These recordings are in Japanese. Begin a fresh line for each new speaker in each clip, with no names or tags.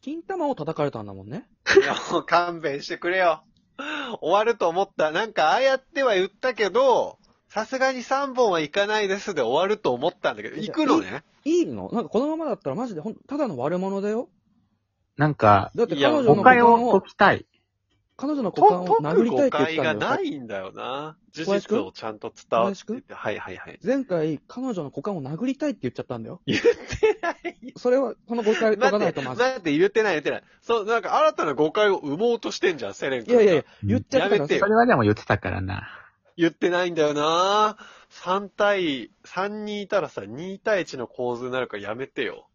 金玉を叩かれたんだもんね。
いや、もう勘弁してくれよ。終わると思った。なんか、ああやっては言ったけど、さすがに3本はいかないですで終わると思ったんだけど、行くのね。
いいのなんかこのままだったらマジでほん、ただの悪者だよ。
なんか、
だって
い
彼
や
女の
誤
股
解
間
を
を
解、きたい。
彼女の股間
と
を
解
殴
く
りたい
誤
って言っ
解
た
が
んだよ
な
さ。
いんだよな。事
小林
実
君
をちゃんと伝わって
小林
て。はいはいはい。
前回、彼女の股間を殴りたいって言っちゃったんだよ。
言ってない
それは、この誤解を解
待
か
っ
ない
て、
とまずい。
待って、言ってない、言ってない。そう、なんか新たな誤解を生もうとしてんじゃん、セレン
いや
君が。
いやいや、
うん
言っちゃったか
や
ら
めて
さ
よ
それはでも言ってたからな。
言ってないんだよな3対、3人いたらさ、2対1の構図になるからやめてよ。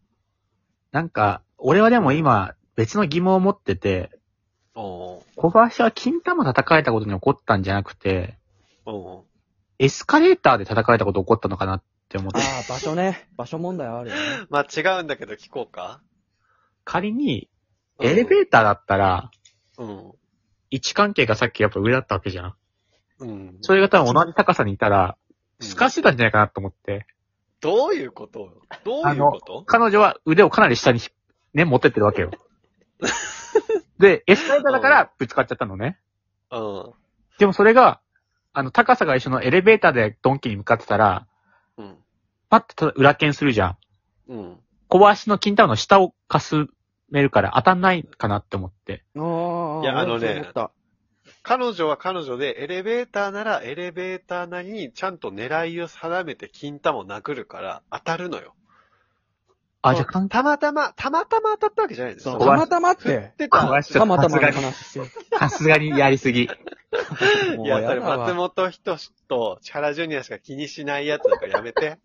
なんか、俺はでも今、別の疑問を持ってて、
おう
小林は金玉叩かれたことに怒ったんじゃなくて、
おう
エスカレーターで叩かれたこと怒ったのかなって思って。
ああ、場所ね。場所問題あるよね。
まあ違うんだけど聞こうか。
仮に、エレベーターだったら、
うん。
位置関係がさっきやっぱ上だったわけじゃん。
うん。
それが多分同じ高さにいたら、
うん
透かしてたんじゃないかなと思って。
どういうことよどういうこと
彼女は腕をかなり下にひ、ね、持ってってるわけよ。で、エスカレーターだからぶつかっちゃったのね。でもそれが、あの、高さが一緒のエレベーターでドンキに向かってたら、
うん。うん。
パッと裏剣するじゃん。
うん。
小足の金玉の下をかすめるから当たんないかなって思って。
ああ、
いやあのね
そう思った
彼女は彼女で、エレベーターならエレベーターなりにちゃんと狙いを定めて金玉を殴るから当たるのよ。
あ、じゃあ関係
たまたま、たまたま当たったわけじゃないです
そ
よ。
の
小
た
林
またまって、
で
小林
た
ちょっと
ま
さ
た
す
ま
が
の
に、
話してる。
さすがにやりすぎ。
もう
いや、それ
だわ
松本人志とチャラジュニアしか気にしないやつだからやめて。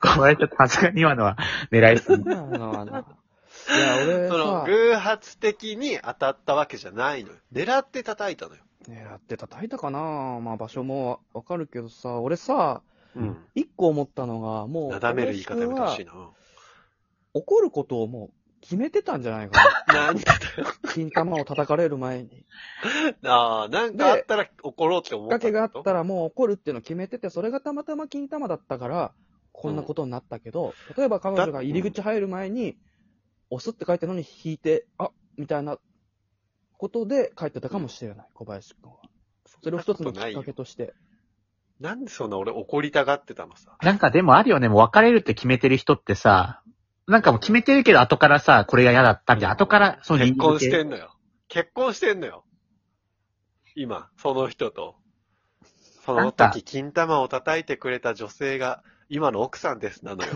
小林ちょっとさすがに今のは狙いす
そ
ぎ。
うなのかないや、俺
その、
さ、
偶発的に当たったわけじゃないのよ。狙って叩いたのよ。
狙って叩いたかなまあ場所もわかるけどさ、俺さ、
うん。
一個思ったのが、もう、
なだめる言い方やめてほしいな。
怒ることをもう決めてたんじゃないか
なんだ
な。 金玉を叩かれる前に。
ああ、なんかあったら怒ろうって
き
思
っ
っ
か
たっ
け
てこと。
があったらもう怒るっていうのを決めてて、それがたまたま金玉だったから、こんなことになったけど、例えば彼女が入り口入る前に、押すって書いてるのに引いて、あみたいなことで書いてたかもしれない、小林君は。それを一つのきっかけとして。
なんでそんな俺怒りたがってたのさ。
なんかでもあるよね、もう別れるって決めてる人ってさ、なんかもう決めてるけど後からさ、これが嫌だったみたいな、後から、そう
結婚して
る。
んのよ。結婚してんのよ。今、その人と。そ
な
の
んか
時、金玉を叩いてくれた女性が、今の奥さんです、な のよ。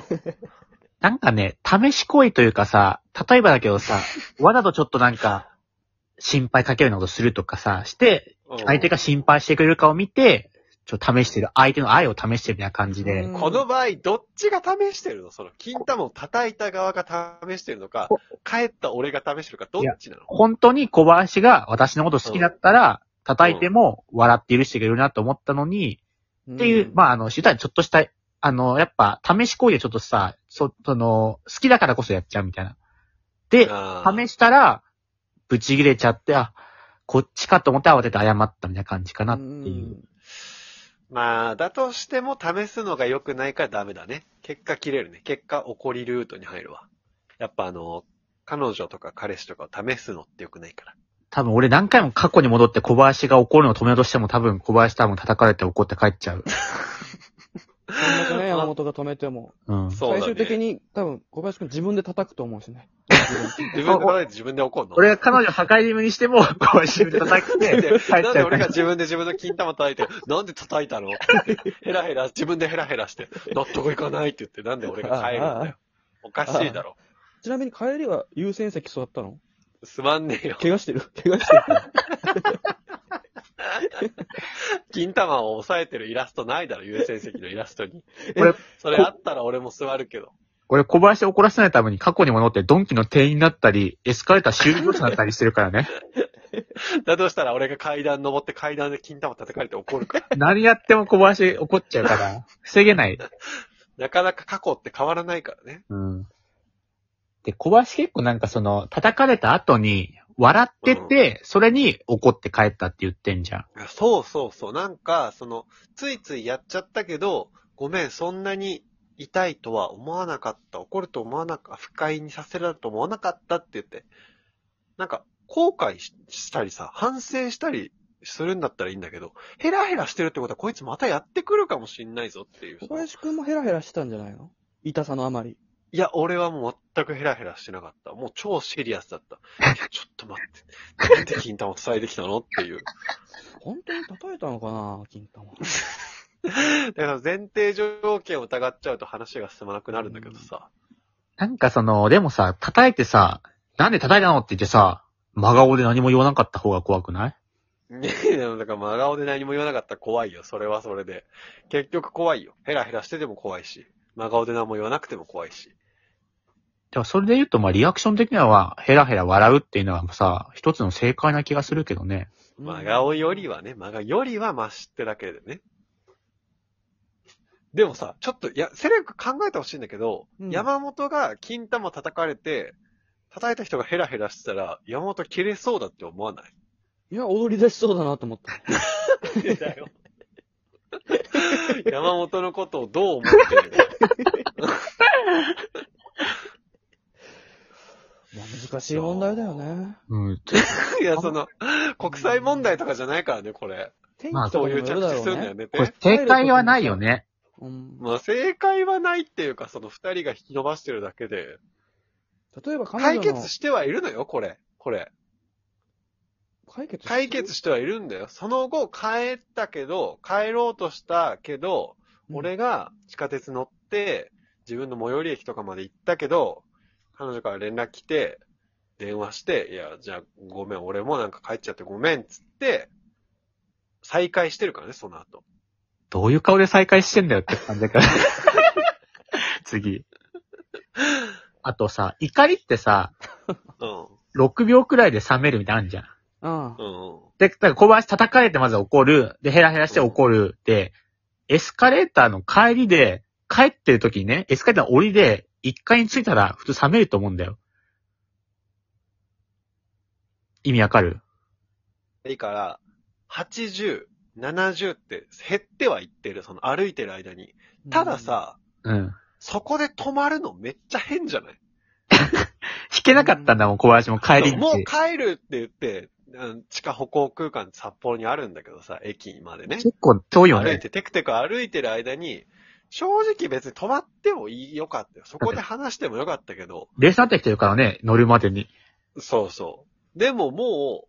なんかね、試し行為というかさ、例えばだけどさ、 わざとちょっとなんか、心配かけるようなことするとかさ、して、相手が心配してくれるかを見て、ちょっと試してる、相手の愛を試してるみたいな感じで
うん、
この場合、どっちが試してるのその、金玉を叩いた側が試してるのか
こ、
帰った俺が試してるか、どっちなの
本当に小林が私のこと好きだったら、叩いても笑って許してくれるなと思ったのに、
っ
っていう、まあ、あの、手段ちょっとした、あの、やっぱ、試し行為でちょっとさ、そ、その、好きだからこそやっちゃうみたいな。で、
あー
試したら、ブチ切れちゃって、あ、こっちかと思って慌てて謝ったみたいな感じかなっていう。
まあ、だとしても試すのが良くないからダメだね。結果切れるね。結果怒りルートに入るわ。やっぱあの、彼女とか彼氏とかを試すのって良くないから。
多分俺何回も過去に戻って小林が怒るのを止めようとしても多分小林多分叩かれて怒って帰っちゃう。
山本ね、山本が止めても。
うん。
そうだね
最終的に、多分、小林君自分で叩くと思うしね。
自分で叩いて自分で怒るの。
俺が彼女を破壊気味にしても、 小林で叩く
なん
て、
で
帰っ
なん
ち
で
ゃう
俺が自分で自分の金玉叩いて、なんで叩いたのって言ってヘラヘラ、自分でヘラヘラして、納得いかないって言って、なんで俺が帰るんだよ。おかしいだろ。
ちなみに帰りは優先席座ったの
すまんねえよ。
怪我してる 怪我して る。
金玉を押さえてるイラストないだろ、優先席のイラストに。
俺
それあったら俺も座るけど。
俺小林を怒らせないために過去に戻ってドンキの店員になったり、エスカレーター修理業者になったりしてる からね。
だとしたら俺が階段登って階段で金玉叩かれて怒るから。
何やっても小林怒っちゃうから、防げない。
なかなか過去って変わらないからね。
うん。で、小林結構なんかその、叩かれた後に、笑ってて、それに怒って帰ったって言ってんじゃん。
そうそうそう。なんか、その、ついついやっちゃったけど、ごめん、そんなに痛いとは思わなかった、怒ると思わなかった、不快にさせられると思わなかったって言って、なんか、後悔ししたりさ、反省したりするんだったらいいんだけど、ヘラヘラしてるってことはこいつまたやってくるかもしんないぞっていう。
小林くんもヘラヘラしてたんじゃないの痛さのあまり。
いや、俺はもう全くヘラヘラしてなかった。もう超シリアスだった。いやちょっと待って。なんで金玉伝えてきたのっていう。
本当に叩いたのかな金玉。
だから前提条件を疑っちゃうと話が進まなくなるんだけどさ。
なんかその、でもさ、叩いてさ、なんで叩いたのって言ってさ、真顔で何も言わなかった方が怖くない
ねえ、だから真顔で何も言わなかったら怖いよ。それはそれで。結局怖いよ。ヘラヘラしてても怖いし。真顔で何も言わなくても怖いし。
でもそれで言うと、まあリアクション的には、ヘラヘラ笑うっていうのはさ、一つの正解な気がするけどね。
真顔よりはね、真顔よりはマシってだけでね。でもさ、ちょっと、いや、セレク考えてほしいんだけど、
うん
山本が金玉叩かれて、叩いた人がヘラヘラしてたら、山本切れそうだって思わない
いや、踊り出しそうだなと思った。
山本のことをどう思ってる
まあ、難しい問題だよね。
うん。
いや、その、国際問題とかじゃないからね、これ。
天
まあ
気と
そ
か
う
に
い
もよ
う着
るだ
地
ろ
す
う
るんだ
ね
よ。ね。
これ正解はないよね。
うん
まあ、正解はないっていうか、その二人が引き伸ばしてるだけで、
例えば彼
解
女の
決してはいるのよ、これ。これ。
解決
解決
し
してはいるんだよ。その後、帰ったけど、帰ろうとしたけど、俺が地下鉄乗って、自分の最寄り駅とかまで行ったけど、彼女から連絡来て、電話して、いや、じゃあごめん、俺もなんか帰っちゃってごめんっつって、再会してるからね、その後。
どういう顔で再会してんだよって感じだから。次。あとさ、怒りってさ、
うん。
6秒くらいで冷めるみたいなのあるじゃん。
ああ
うんうん。
で、だから小林叩かれてまず怒る。で、ヘラヘラして怒る。で、エスカレーターの帰りで、帰ってる時にね、エスカレーターの降りで、1階に着いたら普通冷めると思うんだよ。意味わかる
いいから、80、70って減ってはいってる、その歩いてる間に。ただ、さ、
うん。
そこで止まるのめっちゃ変じゃない
弾けなかったんだもん、小林も帰り
もう
道。
帰るって言って、うん地下歩行空間札幌にあるんだけどさ、駅までね。
結構遠いよ
歩い
ね。
て、テクテク歩いてる間に、正直別に止まってもいいよかったよ。そこで話してもよかったけど、
レースなってきてるからね、乗るまでに。
そうそう。でももう、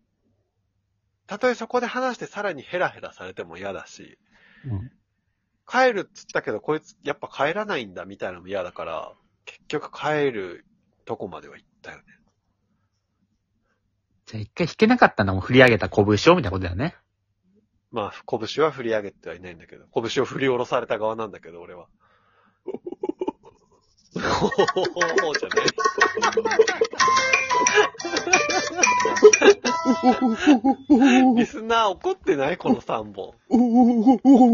たとえそこで話してさらにヘラヘラされても嫌だし、
うん
帰るっつったけど、こいつやっぱ帰らないんだみたいなのも嫌だから、結局帰るとこまでは行ったよね。
じゃあ一回弾けなかったのも振り上げた拳をみたいなことだよね。
まあ、拳は振り上げてはいないんだけど、拳を振り下ろされた側なんだけど、俺は。おほほほほじゃない。リスナー怒ってないこの3本。
うん